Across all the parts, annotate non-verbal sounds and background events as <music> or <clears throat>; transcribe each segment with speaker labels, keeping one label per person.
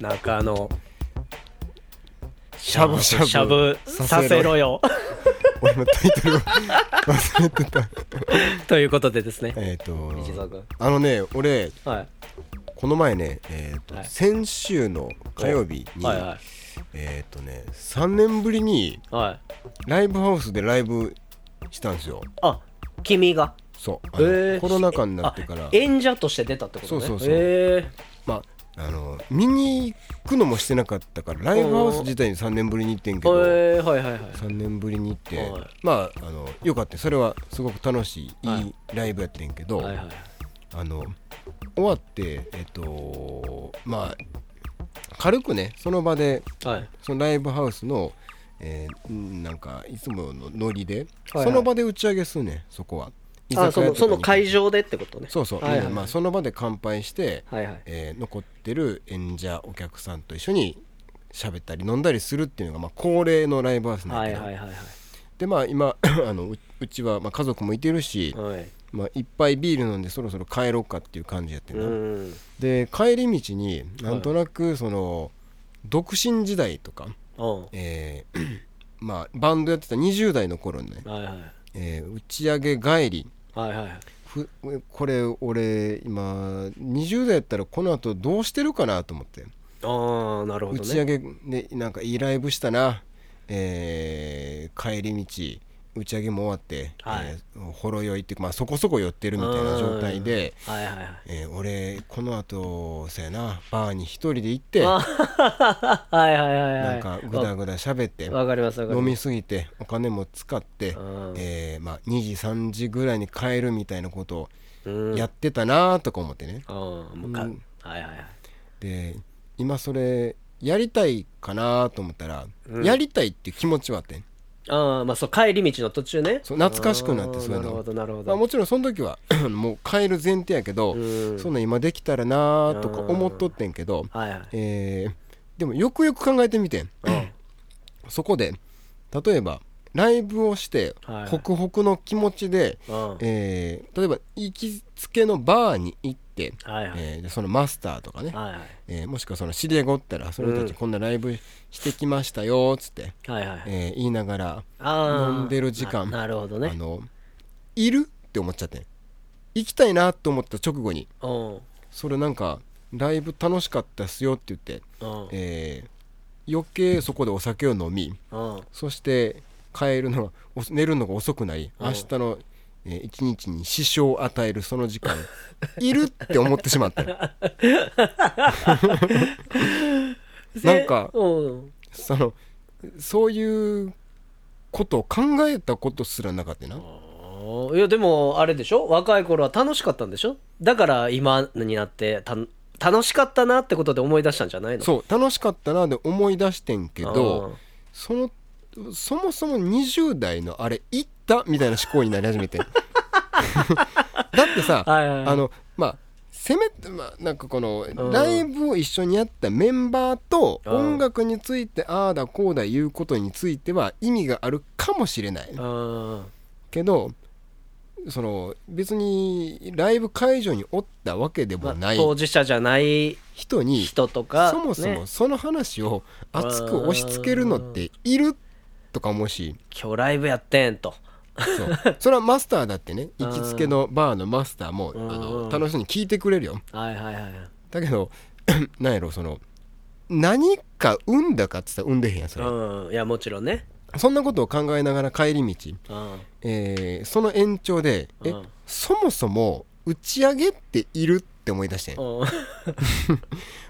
Speaker 1: なんかあの
Speaker 2: しゃぶしゃぶ
Speaker 1: しゃぶさせろよ
Speaker 2: 俺のタイ
Speaker 1: <laughs>
Speaker 2: トルを忘れてた
Speaker 1: ということでですね
Speaker 2: えっと
Speaker 1: 一蔵君
Speaker 2: あのね俺
Speaker 1: はい
Speaker 2: この前ね、えーと
Speaker 1: はい
Speaker 2: 先週の火曜日に、
Speaker 1: はいは
Speaker 2: えっ、とね3年ぶりに
Speaker 1: いはい
Speaker 2: ライブハウスでライブしたんですよ
Speaker 1: あ君が
Speaker 2: そうあの、
Speaker 1: えー
Speaker 2: コロナ禍になってから
Speaker 1: あ演者として出たってことね
Speaker 2: そうそうそう
Speaker 1: え
Speaker 2: まああの見に行くのもしてなかったからライブハウス自体に3年ぶりに行ってんけど、
Speaker 1: ーえーはいはいはい
Speaker 2: 3年ぶりに行って、
Speaker 1: はい
Speaker 2: まああのよかったそれはすごく楽しい、
Speaker 1: はい
Speaker 2: い、いライブやってんけど、
Speaker 1: はいはい
Speaker 2: あの終わってえっ、とまあ軽くねその場で
Speaker 1: はい
Speaker 2: そのライブハウスの、えーんなんかいつものノリで、
Speaker 1: はいはい
Speaker 2: その場で打ち上げすんねんそこは
Speaker 1: あそのその
Speaker 2: 会
Speaker 1: 会場でってことね
Speaker 2: そうそう、
Speaker 1: はいはい
Speaker 2: うんまあ、その場で乾杯して、
Speaker 1: はいはい
Speaker 2: えー残ってる演者お客さんと一緒に喋ったり飲んだりするっていうのが、まあ、恒例のライブハウスなんだ
Speaker 1: は
Speaker 2: け
Speaker 1: い
Speaker 2: ど、
Speaker 1: はいはいはい
Speaker 2: でまあ今 <coughs> あのううちは、まあ、家族もいてるし、
Speaker 1: はい
Speaker 2: まあ、いっぱいビール飲んでそろそろ帰ろうかっていう感じやって
Speaker 1: う
Speaker 2: な、
Speaker 1: ん
Speaker 2: で帰り道になんとなくその、独身時代とか、
Speaker 1: うん
Speaker 2: えー <clears throat> まあ、バンドやってた20代の頃ね、
Speaker 1: はいはい
Speaker 2: えー打ち上げ帰り
Speaker 1: はいはい
Speaker 2: ふこれ俺今20代やったらこの後どうしてるかなと思って、
Speaker 1: ああなるほ
Speaker 2: 打
Speaker 1: ど
Speaker 2: ち上
Speaker 1: ね
Speaker 2: げでなんかいいライブしたな、えー帰り道打ち上げも終わって、
Speaker 1: はい
Speaker 2: えーほろ酔いっていうか、まあ、そこそこ酔ってるみたいな状態で、
Speaker 1: はいはいはい
Speaker 2: えー俺この後さやなバーに一人で行って
Speaker 1: あはいはいはいはい
Speaker 2: なんかぐだぐだ喋って
Speaker 1: わかりますわかり
Speaker 2: 飲
Speaker 1: ま
Speaker 2: み
Speaker 1: す
Speaker 2: すぎてお金も使って
Speaker 1: うん、
Speaker 2: えーまあ、2時3時ぐらいに帰るみたいなこと
Speaker 1: うん
Speaker 2: をやってたなとか思ってね
Speaker 1: あーもうか
Speaker 2: うん
Speaker 1: はいはいはい
Speaker 2: で今それやりたいかなと思ったら、
Speaker 1: うん
Speaker 2: やりたいっていう気持ちはあってん
Speaker 1: ああまあそう帰り道の途中ね
Speaker 2: そう懐かしくなって
Speaker 1: あー
Speaker 2: そういう
Speaker 1: な
Speaker 2: の
Speaker 1: るほどなるほ
Speaker 2: まあ、
Speaker 1: ど
Speaker 2: もちろんその時は <clears throat> もう帰る前提やけど、
Speaker 1: うん
Speaker 2: そんなん今できたらなとか思っとってんけど、
Speaker 1: はいはい
Speaker 2: えーでもよくよく考えてみてんそこで例えばライブをして
Speaker 1: はい
Speaker 2: ホクホクの気持ちで、
Speaker 1: うん
Speaker 2: えー例えば行きつけのバーに行って、
Speaker 1: はいはい
Speaker 2: えーでそのマスターとかね、
Speaker 1: はいはい
Speaker 2: えーもしくはその知り合いがおったらその人た
Speaker 1: うん
Speaker 2: ちこんなライブしてきましたよつって、
Speaker 1: はいはい
Speaker 2: えー言いながら
Speaker 1: あー
Speaker 2: 飲んでる時間
Speaker 1: ななるほど
Speaker 2: あ
Speaker 1: ね
Speaker 2: のいるって思っちゃってん行きたいなと思った直後に
Speaker 1: うん
Speaker 2: それなんかライブ楽しかったっすよって言って、
Speaker 1: うん
Speaker 2: えー余計そこでお酒を飲み
Speaker 1: うん
Speaker 2: そして帰るのがお寝るのが遅くなり
Speaker 1: うん
Speaker 2: 明日の、えー一日に支障を与えるその時間 <laughs> いるって思ってしまったのなんか
Speaker 1: せうん
Speaker 2: そのそういうことを考えたことすらなかったよな
Speaker 1: あーいやでもあれでしょ若い頃は楽しかったんでしょだから今になってた楽しかったなってことで思い出したんじゃないの
Speaker 2: そう楽しかったなで思い出してんけど
Speaker 1: うん
Speaker 2: そのそもそも20代のあれ行ったみたいな思考になり始め
Speaker 1: <laughs>
Speaker 2: てだってさ、
Speaker 1: はいはいはい
Speaker 2: あのまあせめて、まあ、なんかこの
Speaker 1: うん
Speaker 2: ライブを一緒にやったメンバーと
Speaker 1: うん
Speaker 2: 音楽についてああだこうだ言うことについては意味があるかもしれない
Speaker 1: うん
Speaker 2: けどその別にライブ会場におったわけで
Speaker 1: ま
Speaker 2: も
Speaker 1: あ
Speaker 2: ない
Speaker 1: 当事者じゃない
Speaker 2: 人に
Speaker 1: 人とか、ね、
Speaker 2: そもそもその話を熱く押し付けるのっているとか思うし
Speaker 1: 今日ライブやってんと <laughs>
Speaker 2: そうそれはマスターだってね
Speaker 1: うん
Speaker 2: 行きつけのバーのマスターもあ
Speaker 1: うん
Speaker 2: の楽しそうに聞いてくれるよ
Speaker 1: はいはいはいはい
Speaker 2: だけど <coughs> なんやろその何か生んだかって言ったら生んでへんやんそれ
Speaker 1: うんいやもちろんね
Speaker 2: そんなことを考えながら帰り道、
Speaker 1: うん
Speaker 2: えーその延長でえ
Speaker 1: うん
Speaker 2: そもそも打ち上げっているって思い出してん
Speaker 1: うん <laughs>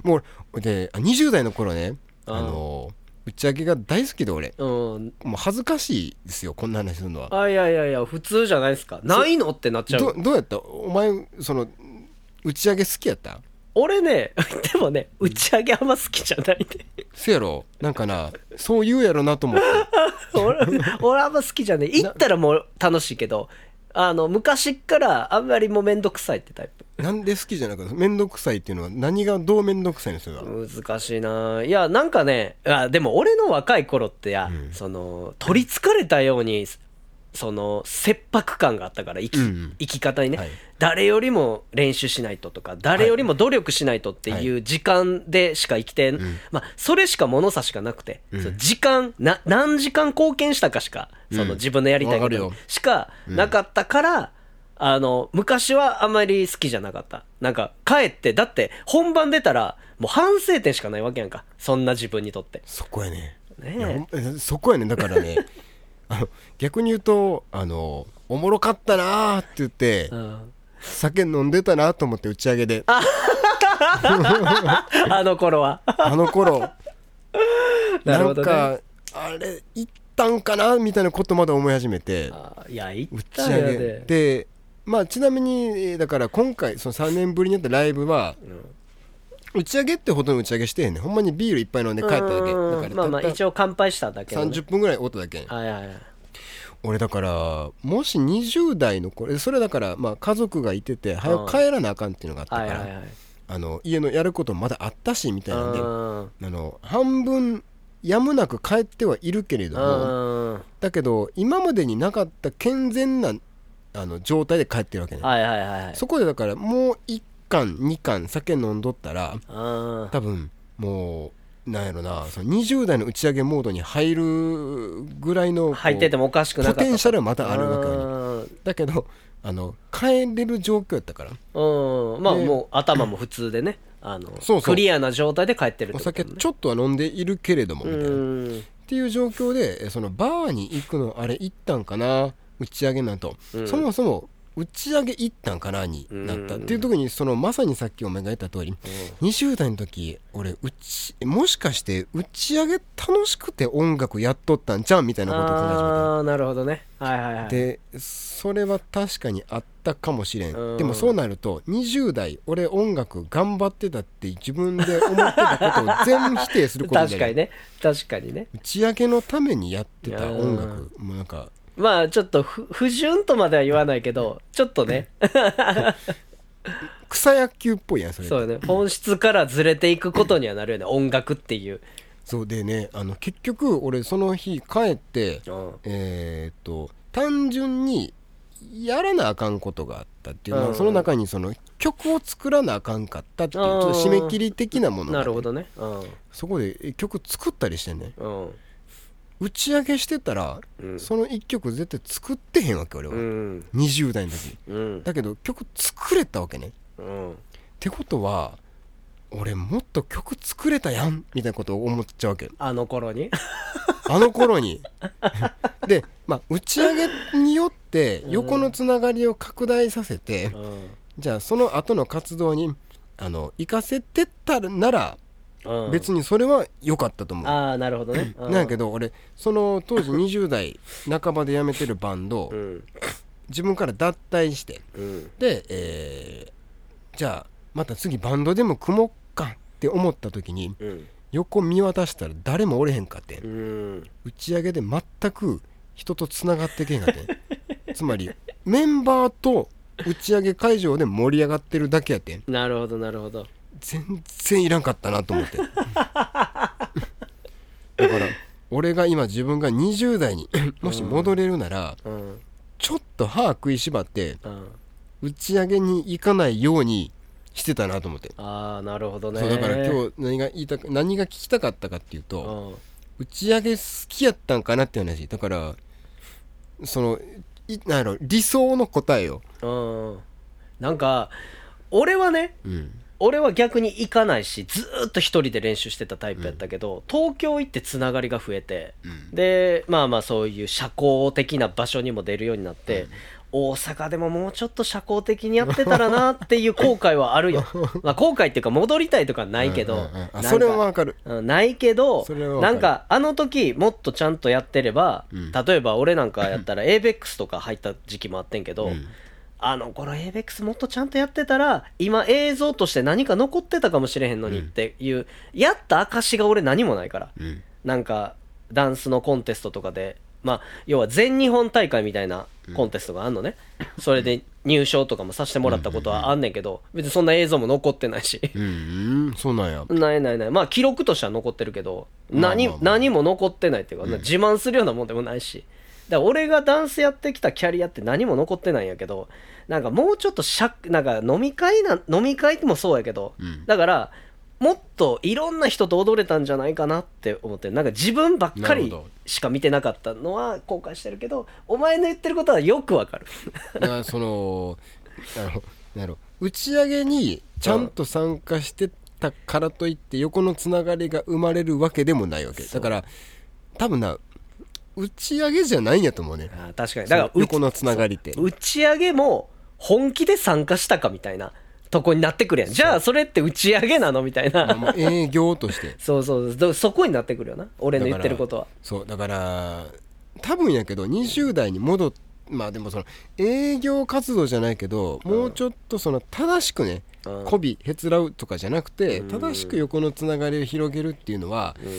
Speaker 2: もうであ20代の頃ね
Speaker 1: うん
Speaker 2: あの打ち上げが大好きで俺
Speaker 1: うん
Speaker 2: もう恥ずかしいですよこんな話するのは
Speaker 1: あいやいやいや普通じゃないですかないのってなっちゃ
Speaker 2: ど
Speaker 1: う
Speaker 2: どうやったお前その打ち上げ好きやった
Speaker 1: 俺ね <laughs> でもね打ち上げあんま好きじゃない
Speaker 2: <laughs>
Speaker 1: ね
Speaker 2: せやろなんかなそう言うやろなと思って
Speaker 1: 俺 <laughs> 俺あんま好きじゃない行ったらもう楽しいけどあの昔っからあんまりもうめんどくさいってタイプ
Speaker 2: なんで好きじゃなくて面倒くさいっていうのは何がどう面倒くさいんですよ、
Speaker 1: 難しいないやなんかねあでも俺の若い頃ってや、その取りつかれたようにその切迫感があったから生き,、
Speaker 2: うん
Speaker 1: 生き方にね、
Speaker 2: はい
Speaker 1: 誰よりも練習しないととか誰よりも努力しないとっていう時間でしか生きて、まあ、それしか物差しがなくて、その時間な何時間貢献したかしかその自分のやりたいこ
Speaker 2: わか
Speaker 1: と
Speaker 2: るよ
Speaker 1: しかなかったから、あの昔はあまり好きじゃなかったなんか帰ってだって本番出たらもう反省点しかないわけやんかそんな自分にとって
Speaker 2: そこやね
Speaker 1: ねえ
Speaker 2: いやほんえそこやねだから
Speaker 1: <laughs>
Speaker 2: ねあの逆に言うとあのおもろかったなーって言って、
Speaker 1: うん
Speaker 2: 酒飲んでたなと思って打ち上げであ
Speaker 1: あの頃
Speaker 2: <laughs>
Speaker 1: は
Speaker 2: の頃
Speaker 1: <laughs>
Speaker 2: な
Speaker 1: なるほ
Speaker 2: ん
Speaker 1: どね
Speaker 2: かあれ行ったんかなみたいなことまで思い始めて
Speaker 1: あいや行
Speaker 2: 打
Speaker 1: っ
Speaker 2: ち
Speaker 1: たらや
Speaker 2: 上げ
Speaker 1: で
Speaker 2: でまあちなみにえーだから今回その3年ぶりにやったライブは、打ち上げってほどの打ち上げしてへんねんほんまにビールいっぱい飲んで帰っただけだから
Speaker 1: うんまあまあ
Speaker 2: たった
Speaker 1: 一応乾杯しただけのね
Speaker 2: 30分ぐらいおっただけ
Speaker 1: はいはいはい
Speaker 2: 俺だからもし20代の子えそれだからまあ家族がいてて早く帰らなあかんっていうのがあった
Speaker 1: はい
Speaker 2: か
Speaker 1: はい
Speaker 2: ら
Speaker 1: はい
Speaker 2: あの家のやることもまだあったしみたいなんであ
Speaker 1: うん
Speaker 2: の半分やむなく帰ってはいるけれども
Speaker 1: うん
Speaker 2: だけど今までになかった健全なあの状態で帰ってるわけね
Speaker 1: はいはいはいはい
Speaker 2: そこでだからもう1缶2缶酒飲んどったら
Speaker 1: うん
Speaker 2: 多分もうなんやろなその20代の打ち上げモードに入るぐらいのこう
Speaker 1: 入っててもおかしくなか
Speaker 2: ポ
Speaker 1: った
Speaker 2: テンシャルはまだあるわけよね
Speaker 1: わ
Speaker 2: だけどあの変えれる状況やったから
Speaker 1: うんまあ
Speaker 2: で
Speaker 1: もう頭も普通でねあの
Speaker 2: そうそう
Speaker 1: クリアな状態で帰ってるっ
Speaker 2: お
Speaker 1: てこと
Speaker 2: 酒
Speaker 1: だもんね
Speaker 2: ちょっとは飲んでいるけれどもみたいなっ
Speaker 1: うん
Speaker 2: ていう状況でえそのバーに行くのあれ行ったんかな打ち上げなんと、
Speaker 1: うん
Speaker 2: そもそも打ち上げ行ったんかなになった、
Speaker 1: うん
Speaker 2: っていうところにそのまさにさっきお前が言った通り20代の時俺打ちもしかして打ち上げ楽しくて音楽やっとったんじゃんみたいなことを考え始めた
Speaker 1: ああなるほどねはいはいはい
Speaker 2: でそれは確かにあったかもしれん、
Speaker 1: うん
Speaker 2: でもそうなると20代俺音楽頑張ってたって自分で思ってたことを全否定することにな
Speaker 1: 確
Speaker 2: る
Speaker 1: かにね確かにね
Speaker 2: 打ち上げのためにやってた音
Speaker 1: いや
Speaker 2: 楽もうなんか
Speaker 1: まあちょっと不不純とまでは言わないけどちょっとね
Speaker 2: 草野球っぽいやんそれって
Speaker 1: <laughs> そうよね本質からずれていくことにはなるよね音楽っていう
Speaker 2: そうでねあの結局俺その日帰って
Speaker 1: うん
Speaker 2: えーっと単純にやらなあかんことがあったっていうのは、
Speaker 1: うん
Speaker 2: その中にその曲を作らなあかんかったっていうちょっと締め切り的なものが
Speaker 1: なるほどねうん
Speaker 2: そこでえ曲作ったりしてんねん
Speaker 1: うん
Speaker 2: 打ち上げしてたら、
Speaker 1: うん
Speaker 2: その1曲絶対作ってへんわけ俺は、
Speaker 1: うん
Speaker 2: 20代の時
Speaker 1: うん
Speaker 2: だけど曲作れたわけねっ
Speaker 1: うん
Speaker 2: てことは俺もっと曲作れたやんみたいなことを思っちゃうわけ
Speaker 1: あの頃に
Speaker 2: あの頃にで、まあ、打ち上げによって横のつながりを拡大させて、
Speaker 1: うん
Speaker 2: じゃあその後の活動にあの行かせてったなら
Speaker 1: うん
Speaker 2: 別にそれは良かったと思う、
Speaker 1: ああなるほどね
Speaker 2: なんやけ
Speaker 1: ど
Speaker 2: ど俺その当時20代半ばで辞めてるバンド、
Speaker 1: うん
Speaker 2: 自分から脱退して
Speaker 1: うん
Speaker 2: で、えーじゃあまた次バンドでも組もっかって思った時に
Speaker 1: うん
Speaker 2: 横見渡したら誰もおれへんかってん
Speaker 1: うん
Speaker 2: 打ち上げで全く人とつながってけへんかって
Speaker 1: <laughs>
Speaker 2: んつまりメンバーと打ち上げ会場で盛り上がってるだけやってん
Speaker 1: なるほどなるほど
Speaker 2: 全然いらんかったなと思って
Speaker 1: <laughs>
Speaker 2: だから俺が今自分が20代
Speaker 1: <laughs>
Speaker 2: にもし戻れるなら、
Speaker 1: うん
Speaker 2: ちょっと歯食いしばって
Speaker 1: うん
Speaker 2: 打ち上げに行かないようにしてたなと思って、
Speaker 1: ああなるほどね
Speaker 2: そうだから今日何が言いたく何が聞きたかったかっていうと、
Speaker 1: うん
Speaker 2: 打ち上げ好きやったんかなっていう話だからそのいなんやろ理想の答えを、
Speaker 1: うんなんか俺はね
Speaker 2: うん、
Speaker 1: 俺は逆に行かないしずーっと一人で練習してたタイプやったけど、東京行ってつながりが増えて、でまあまあそういう社交的な場所にも出るようになって、大阪でももうちょっと社交的にやってたらなっていう後悔はあ
Speaker 2: <laughs>
Speaker 1: るよまあ後悔っていうか戻りたいとかないけど、
Speaker 2: うんうんうん
Speaker 1: なん
Speaker 2: あ
Speaker 1: か
Speaker 2: それはわかる
Speaker 1: うんないけど
Speaker 2: それはわか
Speaker 1: な
Speaker 2: る
Speaker 1: んかあの時もっとちゃんとやってれば、
Speaker 2: うん
Speaker 1: 例えば俺なんかやったら ABEX とか入った時期もあってんけど、
Speaker 2: うん
Speaker 1: あの頃 ABEX もっとちゃんとやってたら今映像として何か残ってたかもしれへんのにっていう、やった証が俺何もないから
Speaker 2: うん
Speaker 1: なんかダンスのコンテストとかでまあ要は全日本大会みたいなコンテストがあんのね、それで入賞とかもさせてもらったことはあんねんけど別にそんな映像も残ってないし
Speaker 2: うんうんそうなんや
Speaker 1: ないないないまあ記録としては残ってるけど
Speaker 2: まあまあ
Speaker 1: 何,、
Speaker 2: まあ
Speaker 1: 何も残ってないっていうか、自慢するようなもんでもないし、だから俺がダンスやってきたキャリアって何も残ってないんやけどなんかもうちょっとしゃなんか飲み会な飲み会もそうやけど
Speaker 2: うん
Speaker 1: だからもっといろんな人と踊れたんじゃないかなって思ってなんか自分ばっか
Speaker 2: なる
Speaker 1: り
Speaker 2: ほど
Speaker 1: しか見てなかったのは後悔してるけどお前の言ってることはよくわかる
Speaker 2: だからその <laughs> なるほどなるほど打ち上げにちゃんと参加してたからといって横のつながりが生まれるわけでもないわけ
Speaker 1: そ
Speaker 2: だ
Speaker 1: う
Speaker 2: から多分な打ち上げじゃないんやと思う
Speaker 1: <laughs>
Speaker 2: ね
Speaker 1: あー確かにだから
Speaker 2: その
Speaker 1: う
Speaker 2: 横のつながりって
Speaker 1: 打ち上げも本気で参加したかみたいなとこになってくるやんじゃあそれって打ち上げなのみたい
Speaker 2: まあ
Speaker 1: な
Speaker 2: まあ営業として
Speaker 1: そうそうそうそこになってくるよな俺の言ってることは
Speaker 2: そうだから多分やけど20代に戻っまあでもその営業活動じゃないけど、もうちょっとその正しくね
Speaker 1: うん
Speaker 2: 媚びへつらうとかじゃなくて、
Speaker 1: うん
Speaker 2: 正しく横のつながりを広げるっていうのは、
Speaker 1: うん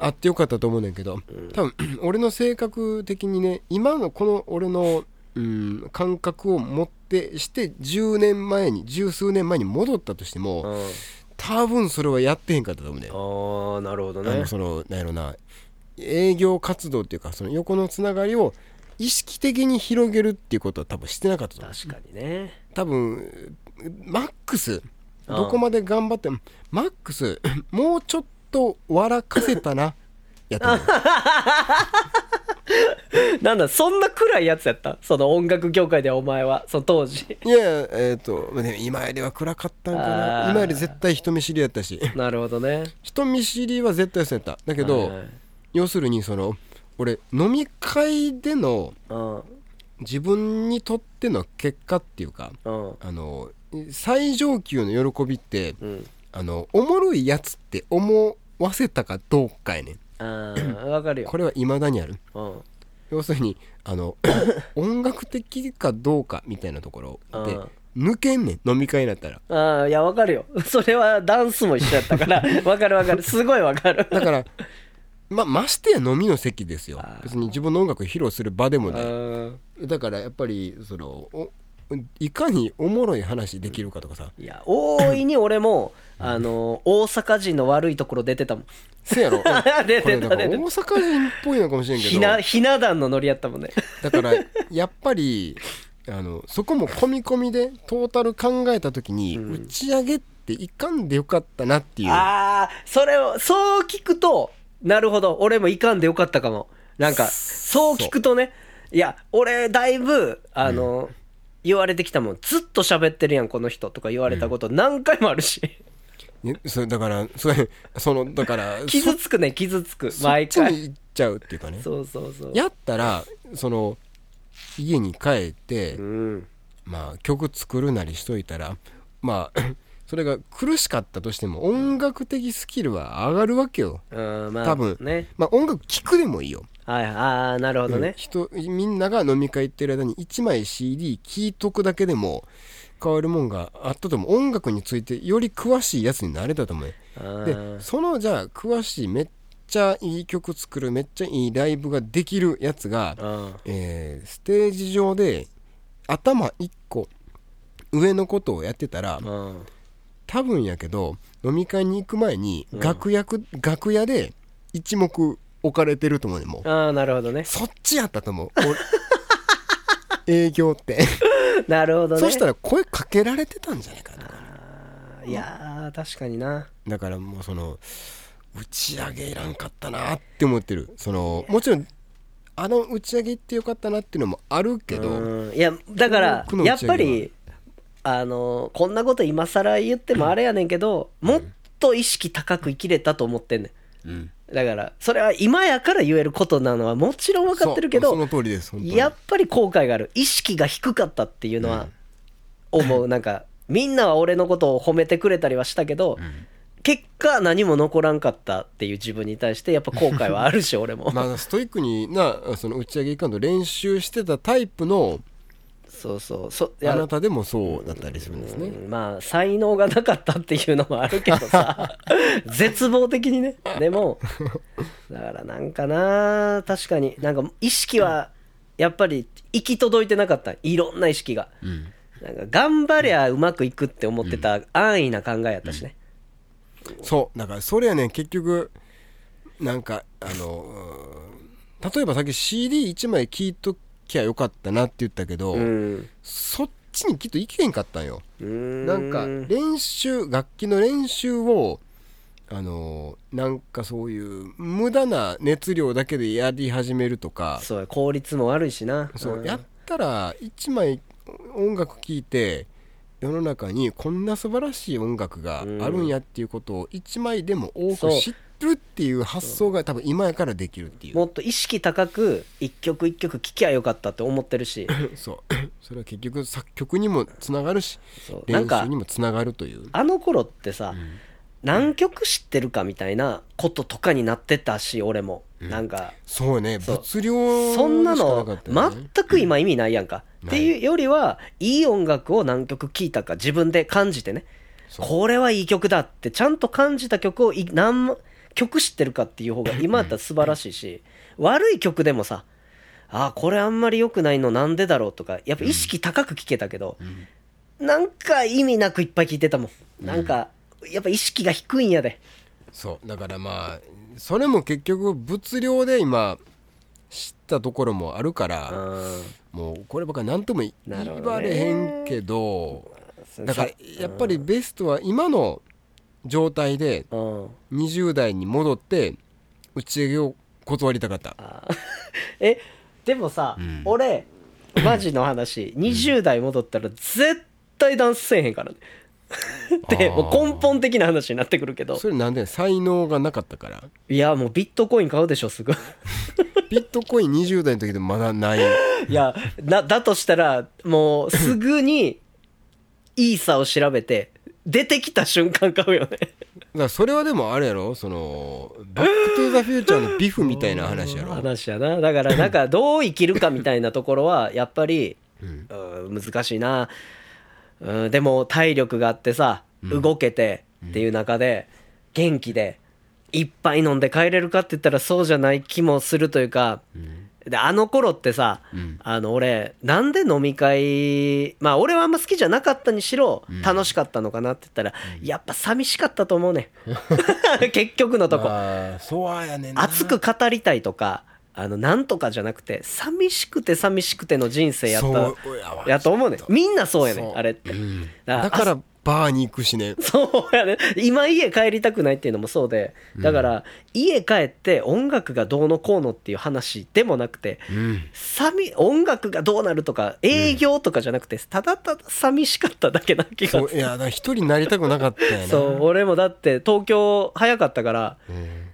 Speaker 2: あってよかったと思うねんだけど、多分俺の性格的にね今のこの俺の、うん、感覚を持ってして10年前に十数年前に戻ったとしても、
Speaker 1: うん
Speaker 2: 多分それはやってへんかったと思うねん
Speaker 1: ああなるほど
Speaker 2: あ
Speaker 1: ね
Speaker 2: のそのなんやろな営業活動っていうかその横のつながりを意識的に広げるっていうことは多分してなかったと思う
Speaker 1: 確かにね
Speaker 2: 多分マックス
Speaker 1: ああ
Speaker 2: どこまで頑張ってもマックスもうちょっと笑かせた
Speaker 1: <laughs>
Speaker 2: なやと思う
Speaker 1: なんだそんな暗いやつやったその音楽業界でお前はその当時
Speaker 2: いやいやえっ、とまあでも今よりは暗かったんか
Speaker 1: あ
Speaker 2: な
Speaker 1: あ
Speaker 2: 今より絶対人見知りやったし
Speaker 1: なるほどね
Speaker 2: 人見知りは絶対そうやっただけ
Speaker 1: は
Speaker 2: ど、
Speaker 1: いはい
Speaker 2: 要するにその俺飲み会での
Speaker 1: うん
Speaker 2: 自分にとっての結果っていうか
Speaker 1: うん
Speaker 2: あの最上級の喜びって
Speaker 1: うん
Speaker 2: あのおもろいやつって思わせたかどうかやねん
Speaker 1: あ
Speaker 2: <clears throat>
Speaker 1: ーわかるよ
Speaker 2: これは未だにある
Speaker 1: うん
Speaker 2: 要するにあ
Speaker 1: <coughs>
Speaker 2: の音楽的かどうかみたいなところで
Speaker 1: あ
Speaker 2: 抜けんねん飲み会になったら
Speaker 1: ああいやわかるよそれはダンスも一緒やったから
Speaker 2: <laughs>
Speaker 1: わかるわかるすごいわかる
Speaker 2: だから
Speaker 1: <laughs>
Speaker 2: まましてや飲みの席ですよ
Speaker 1: あー
Speaker 2: 別に自分の音楽を披露する場でも
Speaker 1: う
Speaker 2: ない
Speaker 1: ん
Speaker 2: だからやっぱりそのおいかにおもろい話できるかとか
Speaker 1: <laughs>
Speaker 2: さ
Speaker 1: いや大いに俺もあの大阪人の悪いところ出てたもん
Speaker 2: せやろ
Speaker 1: 出てた
Speaker 2: これだから大
Speaker 1: 出てた
Speaker 2: 阪人っぽいのかもしれんけど
Speaker 1: ひなひな壇のノリやったもんね
Speaker 2: だからやっぱりあのそこも込み込みでトータル考えた時に、
Speaker 1: うん
Speaker 2: 打ち上げっていかんでよかったなっていう
Speaker 1: ああそれをそう聞くとなるほど俺もいかんでよかったかもなんかそう聞くとねいや俺だいぶあの、言われてきたもんずっと喋ってるやんこの人とか言われたこと何回もあるし、
Speaker 2: ねそれだからそれそのだから
Speaker 1: <laughs> 傷つくね傷つく
Speaker 2: そ
Speaker 1: 毎
Speaker 2: そっち
Speaker 1: 回
Speaker 2: に行っちゃうっていうかね
Speaker 1: そうそうそう
Speaker 2: やったらその家に帰って、
Speaker 1: うん
Speaker 2: まあ曲作るなりしといたらまあ <clears throat> それが苦しかったとしても音楽的スキルは上がるわけよ、
Speaker 1: うんまあ
Speaker 2: 多分
Speaker 1: ね
Speaker 2: まあ音楽聴くでもいいよ
Speaker 1: はいああなるほど
Speaker 2: うん
Speaker 1: ね、
Speaker 2: 人みんなが飲み会行ってる間に1枚 CD 聴いとくだけでも変わるもんがあったと思う音楽についてより詳しいやつになれたと思うよ
Speaker 1: あ
Speaker 2: で
Speaker 1: ー
Speaker 2: そのじゃあ詳しいめっちゃいい曲作るめっちゃいいライブができるやつが、
Speaker 1: あ
Speaker 2: えーステージ上で頭1個上のことをやってたら
Speaker 1: ーうん
Speaker 2: 多分やけど飲み会に行く前に楽屋,、楽屋で一目置かれてると思うねもう
Speaker 1: ああなるほどね
Speaker 2: そっちやったと思う俺 <laughs> 営業
Speaker 1: <laughs>
Speaker 2: って
Speaker 1: なるほどね
Speaker 2: そしたら声かけられてたんじゃないかとか
Speaker 1: あーいやー確かにな
Speaker 2: だからもうその打ち上げいらんかったなって思ってるそのもちろんあの打ち上げ行ってよかったなっていうのもあるけど
Speaker 1: うんいやだから
Speaker 2: この
Speaker 1: や
Speaker 2: 打
Speaker 1: っ
Speaker 2: ち上げ
Speaker 1: ぱ
Speaker 2: は
Speaker 1: りあのこんなこと今更言ってもあれやねんけど、もっと意識高く生きれたと思ってんね
Speaker 2: うん
Speaker 1: んだからそれは今やから言えることなのはもちろん分かってるけど
Speaker 2: そうその通りです本当に
Speaker 1: やっぱり後悔がある意識が低かったっていうのは思う、 <laughs> なんかみんなは俺のことを褒めてくれたりはしたけど、結果何も残らんかったっていう自分に対してやっぱ後悔はあるし俺
Speaker 2: <laughs>
Speaker 1: も、
Speaker 2: まあストイックになその打ち上げ行かんと練習してたタイプの
Speaker 1: そうそうそいや
Speaker 2: あなたでもそうだったりするんですね
Speaker 1: うんまあ才能がなかったっていうのもあるけど
Speaker 2: <laughs>
Speaker 1: さ絶望的にねでもだからなんかな確かになんか意識はやっぱり行き届いてなかったいろんな意識が、
Speaker 2: ん
Speaker 1: なんか頑張りゃうまくいくって思ってた安易な考えやったしね、
Speaker 2: そうだからそれやね結局なんかあのうーん例えばさっき CD1 枚聴いときゃよかったなって言ったけど、
Speaker 1: うん
Speaker 2: そっちにきっと行けへんかったんよ
Speaker 1: うん
Speaker 2: なんか練習楽器の練習をあのーなんかそういう無駄な熱量だけでやり始めるとか
Speaker 1: そうや効率も悪いしな
Speaker 2: そう
Speaker 1: うん
Speaker 2: やったら1枚音楽聴いて世の中にこんな素晴らしい音楽があるんやっていうことを1枚でも多く
Speaker 1: そう
Speaker 2: 知ってるっていう発想が多分今やからできるっていう
Speaker 1: もっと意識高く一曲一曲聴きゃよかったって思ってるし
Speaker 2: そう <laughs> それは結局作曲にもつながるし
Speaker 1: そうな
Speaker 2: 練
Speaker 1: んか
Speaker 2: 習にもつながるという
Speaker 1: あの頃ってさ、何曲知ってるかみたいなこととかになってたし俺も、なんか
Speaker 2: そうね
Speaker 1: そう
Speaker 2: 物量
Speaker 1: そんな
Speaker 2: しか
Speaker 1: の
Speaker 2: かったよね
Speaker 1: 全く今意味ないやんか、
Speaker 2: うん
Speaker 1: っていうよりはいい音楽を何曲聴いたか自分で感じてね
Speaker 2: そう
Speaker 1: これはいい曲だってちゃんと感じた曲をい何曲知ってるかっていう方が今やったら素晴らしいし悪い曲でもさあーこれあんまり良くないのなんでだろうとかやっぱ意識高く聴けたけど、なんか意味なくいっぱい聴いてたもんなんかやっぱ意識が低いんやで
Speaker 2: そうだからまあそれも結局物量で今知ったところもあるから、
Speaker 1: うん
Speaker 2: もうこればっかり何とも言
Speaker 1: なるほどね
Speaker 2: われへんけどだからやっぱりベストは今の状態で
Speaker 1: うん
Speaker 2: 20代に戻って打ち上げを断りたかった
Speaker 1: えでもさ、
Speaker 2: ん
Speaker 1: 俺マジの話20代戻ったら絶対ダンスせえへ
Speaker 2: <laughs>
Speaker 1: んからねって
Speaker 2: あー
Speaker 1: もう根本的な話になってくるけど
Speaker 2: それなんで才能がなかったから
Speaker 1: いやもうビットコイン買うでしょす
Speaker 2: <laughs>
Speaker 1: ぐ
Speaker 2: ビットコイン20代の時でもまだない
Speaker 1: いやなだとしたらもうすぐにイーサを調べて出てきた瞬間買うよね
Speaker 2: だからそれはでもあれやろその「バック・トゥ・ザ・フューチャー」のビフみたいな話やろ
Speaker 1: 話やなだからなんかどう生きるかみたいなところはやっぱり、
Speaker 2: うん
Speaker 1: うん難しいな、うん、でも体力があってさ動けてっていう中で元気でいっぱい飲んで帰れるかって言ったらそうじゃない気もするというか、であの頃ってさ、
Speaker 2: うん
Speaker 1: あの俺なんで飲み会まあ俺はあんま好きじゃなかったにしろ楽しかったのかなって言ったら、やっぱ寂しかったと思うね <laughs> 結局のとこ。
Speaker 2: まあそうやねんな
Speaker 1: 熱く語りたいとかあのなんとかじゃなくて寂しくて寂しくての人生やった
Speaker 2: そうやわ
Speaker 1: やと思うねんみんなそうやね
Speaker 2: そうん
Speaker 1: あれって、だ
Speaker 2: だからバーに行くしね
Speaker 1: <laughs> そうやね今家帰りたくないっていうのもそうでだから、家帰って音楽がどうのこうのっていう話でもなくて、
Speaker 2: うん
Speaker 1: 寂音楽がどうなるとか営業とかじゃなくて、ただただ寂しかっただけな気が
Speaker 2: そういやだから一人になりたくなかったよな
Speaker 1: そう俺もだって東京早かったから、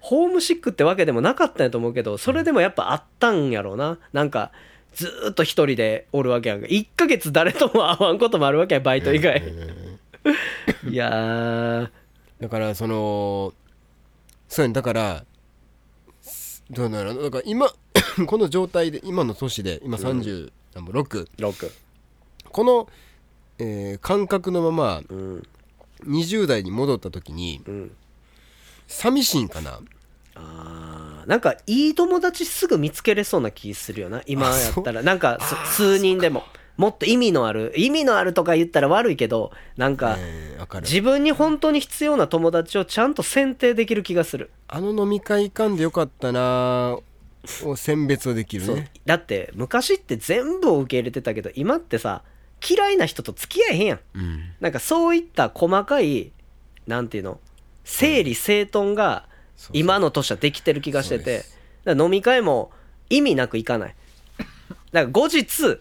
Speaker 1: ホームシックってわけでもなかったんやと思うけどそれでもやっぱあったんやろうななんかずーっと一人でおるわけやんか1ヶ月誰とも会わんこともあるわけやんバイト以外いやー
Speaker 2: だからそのそうやねだからすどうなのだから今 <coughs> この状態で今の年で今36、
Speaker 1: 6
Speaker 2: この、えー感覚のまま
Speaker 1: うん
Speaker 2: 20代に戻った時に
Speaker 1: うん
Speaker 2: 寂しいんかな
Speaker 1: あーなんかいい友達すぐ見つけれそうな気するよな今
Speaker 2: あ
Speaker 1: や
Speaker 2: そう
Speaker 1: ったらなんかす数人でももっと意味のある意味のあるとか言ったら悪いけどなんか、
Speaker 2: えーわかる
Speaker 1: 自分に本当に必要な友達をちゃんと選定できる気がする、
Speaker 2: あの飲み会行かんでよかったなを選別はできる
Speaker 1: そう
Speaker 2: ね
Speaker 1: だって昔って全部を受け入れてたけど今ってさ嫌いな人と付き合えへんやん
Speaker 2: うん
Speaker 1: なんかそういった細かいなんていうの整理整頓が
Speaker 2: そうそう
Speaker 1: 今の年はできてる気がして
Speaker 2: そうで
Speaker 1: て
Speaker 2: す
Speaker 1: だから飲み会も意味なく行かないだから後日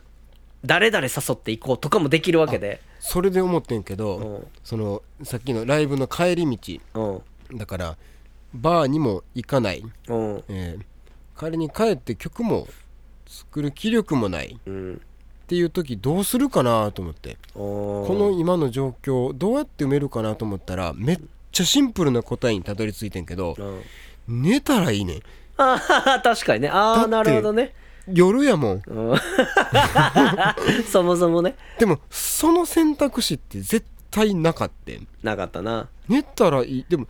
Speaker 1: 誰々誘って行こうとかもできるわけで
Speaker 2: それで思ってんけど、
Speaker 1: うん
Speaker 2: そのさっきのライブの帰り道
Speaker 1: うん
Speaker 2: だからバーにも行かない、
Speaker 1: うん
Speaker 2: えー仮に帰って曲も作る気力もないっ
Speaker 1: うん
Speaker 2: ていう時どうするかなと思って
Speaker 1: こ
Speaker 2: この今の状況どうやって埋めるかなと思ったらめっちゃシンプルな答えにたどり着いてんけど
Speaker 1: うん、
Speaker 2: 寝たらいいねん
Speaker 1: ああ確かにねああ
Speaker 2: だ
Speaker 1: な
Speaker 2: って
Speaker 1: るほどね
Speaker 2: 夜やもん
Speaker 1: うん <laughs> そもそもね
Speaker 2: でもその選択肢って絶対なかったん
Speaker 1: なかったな
Speaker 2: 寝たらいいでも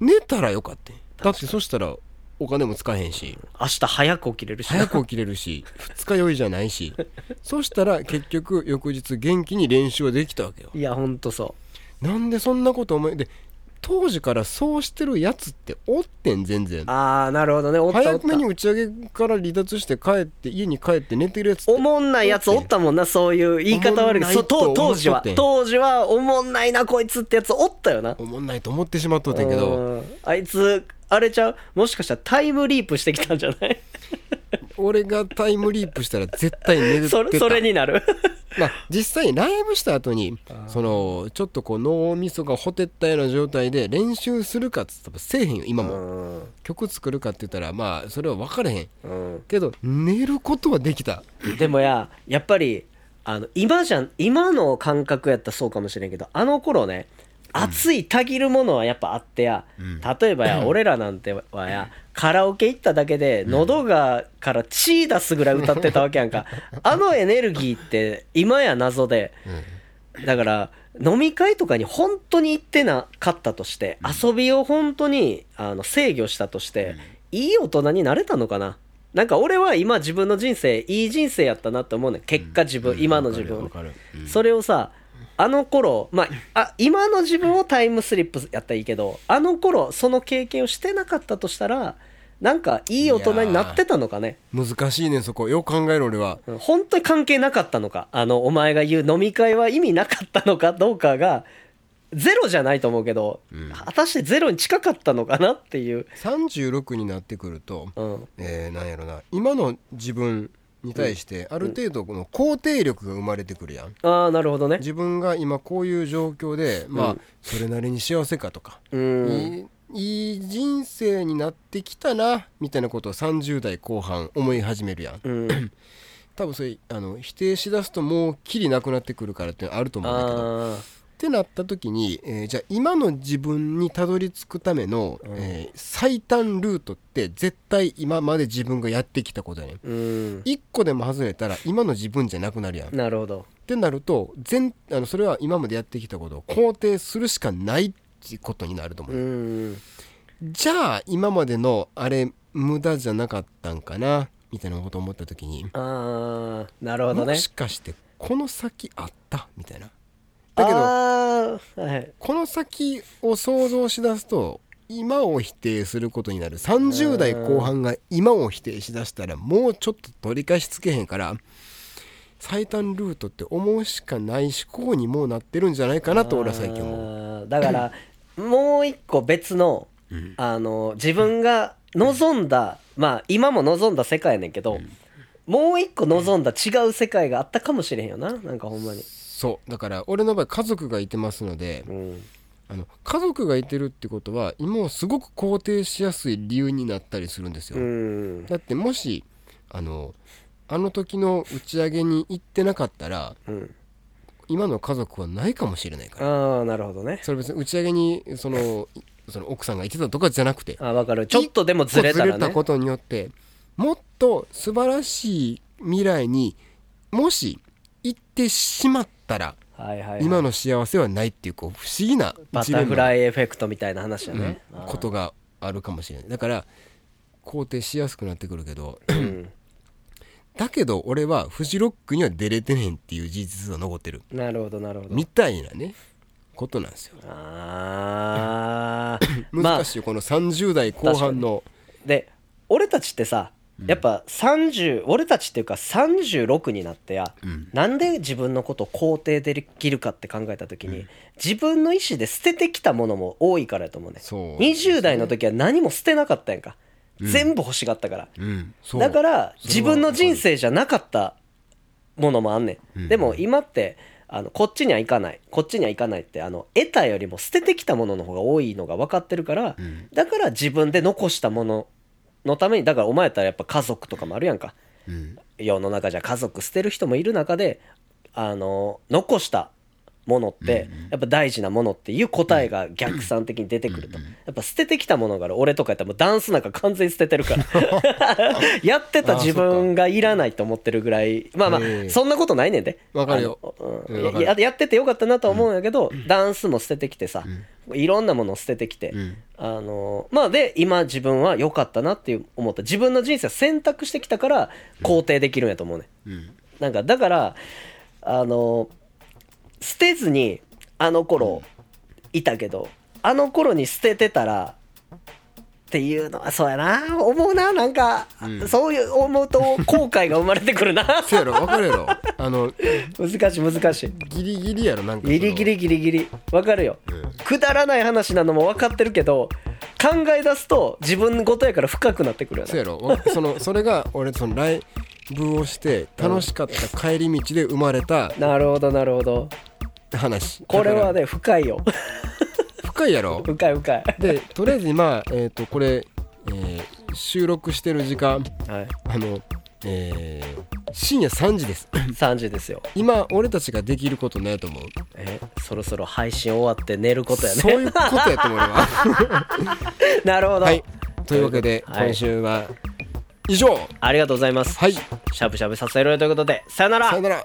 Speaker 2: 寝たらよかったんだってそしたらお金も使えへんし
Speaker 1: 明日早く起きれるし
Speaker 2: 早く起きれるし <laughs> 二日酔いじゃないしそしたら結局翌日元気に練習はできたわけよ
Speaker 1: いやほんとそ
Speaker 2: なんでそんなこと思いで当時からそうしてるやつっておってん全然
Speaker 1: ああなるほどねおったおった
Speaker 2: 早めに打ち上げから離脱して帰って家に帰って寝てるやつって
Speaker 1: おもんないやつおったもんなそういう言い方悪いけどそう
Speaker 2: おもんないと
Speaker 1: 当当時
Speaker 2: 思っ
Speaker 1: は
Speaker 2: とってん
Speaker 1: 当時はおもんないなこいつってやつおったよな
Speaker 2: おもんないと思ってしまっとったけど
Speaker 1: うんあいつあれちゃうもしかしたらタイムリープしてきたんじゃない
Speaker 2: 俺がタイムリープしたら絶対寝てた
Speaker 1: それそれになる
Speaker 2: まあ、実際ライブした後にそのちょっとこう脳みそがほてったような状態で練習するかっつったらせえへんよ今
Speaker 1: う
Speaker 2: も、
Speaker 1: ん
Speaker 2: 曲作るかって言ったらまあそれは分かれへん
Speaker 1: うん
Speaker 2: けど寝ることはできた
Speaker 1: <laughs> でもややっぱりあの今じゃん今の感覚やったらそうかもしれんけどあの頃ね熱いたぎるものはやっぱあってや、例えばや俺らなんてはやカラオケ行っただけで喉がから血出すぐらい歌ってたわけやんかあのエネルギーって今や謎で、だから飲み会とかに本当に行ってなかったとして遊びを本当にあの制御したとしていい大人になれたのかななんか俺は今自分の人生いい人生やったなって思うねん結果自分今の自分をね
Speaker 2: 分かる分かるうん
Speaker 1: それをさあの頃まああ今の自分をタイムスリップやったらいいけどあの頃その経験をしてなかったとしたらなんかいい大人になってたのかね
Speaker 2: 難しいねんそこよく考える俺は
Speaker 1: うん本当に関係なかったのかあのお前が言う飲み会は意味なかったのかどうかがゼロじゃないと思うけど、果たしてゼロに近かったのかなっていう、
Speaker 2: 36になってくると、
Speaker 1: うん、
Speaker 2: えーなんやろな今の自分に対してある程度この肯定力が生まれてくるやん
Speaker 1: ああなるほどね
Speaker 2: 自分が今こういう状況でまあそれなりに幸せかとか
Speaker 1: うん
Speaker 2: いいいい人生になってきたなみたいなことを30代後半思い始めるやん
Speaker 1: うん
Speaker 2: 多分それあの否定しだすともうきりなくなってくるからっていうのはあると思うんだけど
Speaker 1: ああ
Speaker 2: ってなった時に、えーじゃあ今の自分にたどり着くための、えー最短ルートって絶対今まで自分がやってきたことやねん
Speaker 1: うん
Speaker 2: 一個でも外れたら今の自分じゃなくなるやんっ
Speaker 1: なるほど
Speaker 2: てなると全あのそれは今までやってきたことを肯定するしかないってことになると思う、
Speaker 1: うん
Speaker 2: じゃあ今までのあれ無駄じゃなかったんかなみたいなことを思った時に、
Speaker 1: ああなるほど
Speaker 2: も
Speaker 1: ね
Speaker 2: しかしてこの先あったみたいなだけど
Speaker 1: ああはい
Speaker 2: この先を想像しだすと今を否定することになる30代後半が今を否定しだしたらもうちょっと取り返しつけへんから最短ルートって思うしかない思考にもうなってるんじゃないかなと俺は最近思う
Speaker 1: あーだから
Speaker 2: <laughs>
Speaker 1: もう一個別の,、あの自分が望んだ、まあ今も望んだ世界やねんけど、もう一個望んだ違う世界があったかもしれへんよななんかほんまに、
Speaker 2: そうだから俺の場合家族がいてますので
Speaker 1: うん、
Speaker 2: あの家族がいてるってことは今をすごく肯定しやすい理由になったりするんですよ、
Speaker 1: うん
Speaker 2: だってもしあのあの時の打ち上げに行ってなかったら
Speaker 1: うん、
Speaker 2: 今の家族はないかもしれないから
Speaker 1: ああなるほどね
Speaker 2: それ別に打ち上げにそのいその奥さんがいてたとかじゃなくて
Speaker 1: あ分かるちょっとでもずれ
Speaker 2: 一
Speaker 1: た
Speaker 2: 個
Speaker 1: ら
Speaker 2: ず
Speaker 1: ね
Speaker 2: れたことによってもっと素晴らしい未来にもし行ってしまったら
Speaker 1: はいはいはい、
Speaker 2: 今の幸せはないっていうこう不思議な
Speaker 1: バ
Speaker 2: ジ
Speaker 1: タ
Speaker 2: レ
Speaker 1: フ
Speaker 2: ンマ
Speaker 1: ライエフェクトみたいな話だね、
Speaker 2: うん
Speaker 1: あー
Speaker 2: ことがあるかもしれないだから肯定しやすくなってくるけど
Speaker 1: ん
Speaker 2: だけど俺はフジロックには出れてへんっていう事実が残ってる
Speaker 1: なるほどなるほど
Speaker 2: みたいなねことなんですよ
Speaker 1: ああま
Speaker 2: <laughs>
Speaker 1: あ
Speaker 2: 難しいよこの30代後半の
Speaker 1: で俺たちってさやっぱ30、俺たちっていうか36になってや、なんで自分のことを肯定できるかって考えた時に、自分の意思で捨ててきたものも多いからやと思うね
Speaker 2: そう
Speaker 1: 20代の時は何も捨てなかったやんか、全部欲しがったから、
Speaker 2: うんそう
Speaker 1: だか
Speaker 2: そ
Speaker 1: ら
Speaker 2: れは
Speaker 1: 自分の人生じゃなかったものもあんねん、でも今ってあのこっちには行かないこっちには行かないってあの得たよりも捨ててきたものの方が多いのが分かってるから、だから自分で残したもののためにだからお前やったらやっぱ家族とかもあるやんか、世の中じゃ家族捨てる人もいる中であの残したものってやっぱ大事なものっていう答えが逆算的に出てくるとやっぱ捨ててきたものがある俺とかやったらもうダンスなんか完全に捨ててるから
Speaker 2: <laughs>
Speaker 1: やってた自分がいらないと思ってるぐらいまあまあ
Speaker 2: ええ
Speaker 1: そんなことないねんで
Speaker 2: わかるよ
Speaker 1: あの
Speaker 2: うんわ
Speaker 1: うん
Speaker 2: か
Speaker 1: い
Speaker 2: る
Speaker 1: ややっててよかったなとは思うんやけどダンスも捨ててきてさいろんなものを捨ててきて
Speaker 2: ん
Speaker 1: あのまあで今自分は良かったなっていう思った自分の人生を選択してきたから肯定できるんやと思うねん
Speaker 2: うん
Speaker 1: なんかだからあの捨てずにあの頃いたけどあの頃に捨ててたらっていうのはそうやな思うななんか、
Speaker 2: うん
Speaker 1: そういう思うと後悔が生まれてくるな <laughs>
Speaker 2: せやろ分かるやろあの
Speaker 1: 難しい難しい
Speaker 2: ギリギリやろなんかその
Speaker 1: ギリギリギリギリわかるよ、
Speaker 2: うん
Speaker 1: くだらない話なのも分かってるけど考え出すと自分事やから深くなってくるよ
Speaker 2: そう
Speaker 1: ね
Speaker 2: やろわそのそれが俺そのライブをして楽しかった帰り道で生まれた
Speaker 1: なるほどなるほど
Speaker 2: 話
Speaker 1: これは
Speaker 2: だか
Speaker 1: ね深いよ
Speaker 2: ら
Speaker 1: <laughs>
Speaker 2: 深いやろ
Speaker 1: 深い深い
Speaker 2: でとりあえず今、えー、とこれ、えー収録してる時間
Speaker 1: はい
Speaker 2: あの、えー深夜3時です
Speaker 1: 3時ですよ
Speaker 2: 今俺たちができることないと思う
Speaker 1: えそろそろ配信終わって寝ることや
Speaker 2: そう
Speaker 1: ね
Speaker 2: いうことやと思う俺は
Speaker 1: <laughs> なるほど、
Speaker 2: はいというわけで
Speaker 1: はい
Speaker 2: 今週は以上
Speaker 1: ありがとうございます
Speaker 2: はい
Speaker 1: しゃぶしゃぶさせろよということでさよなら
Speaker 2: さよなら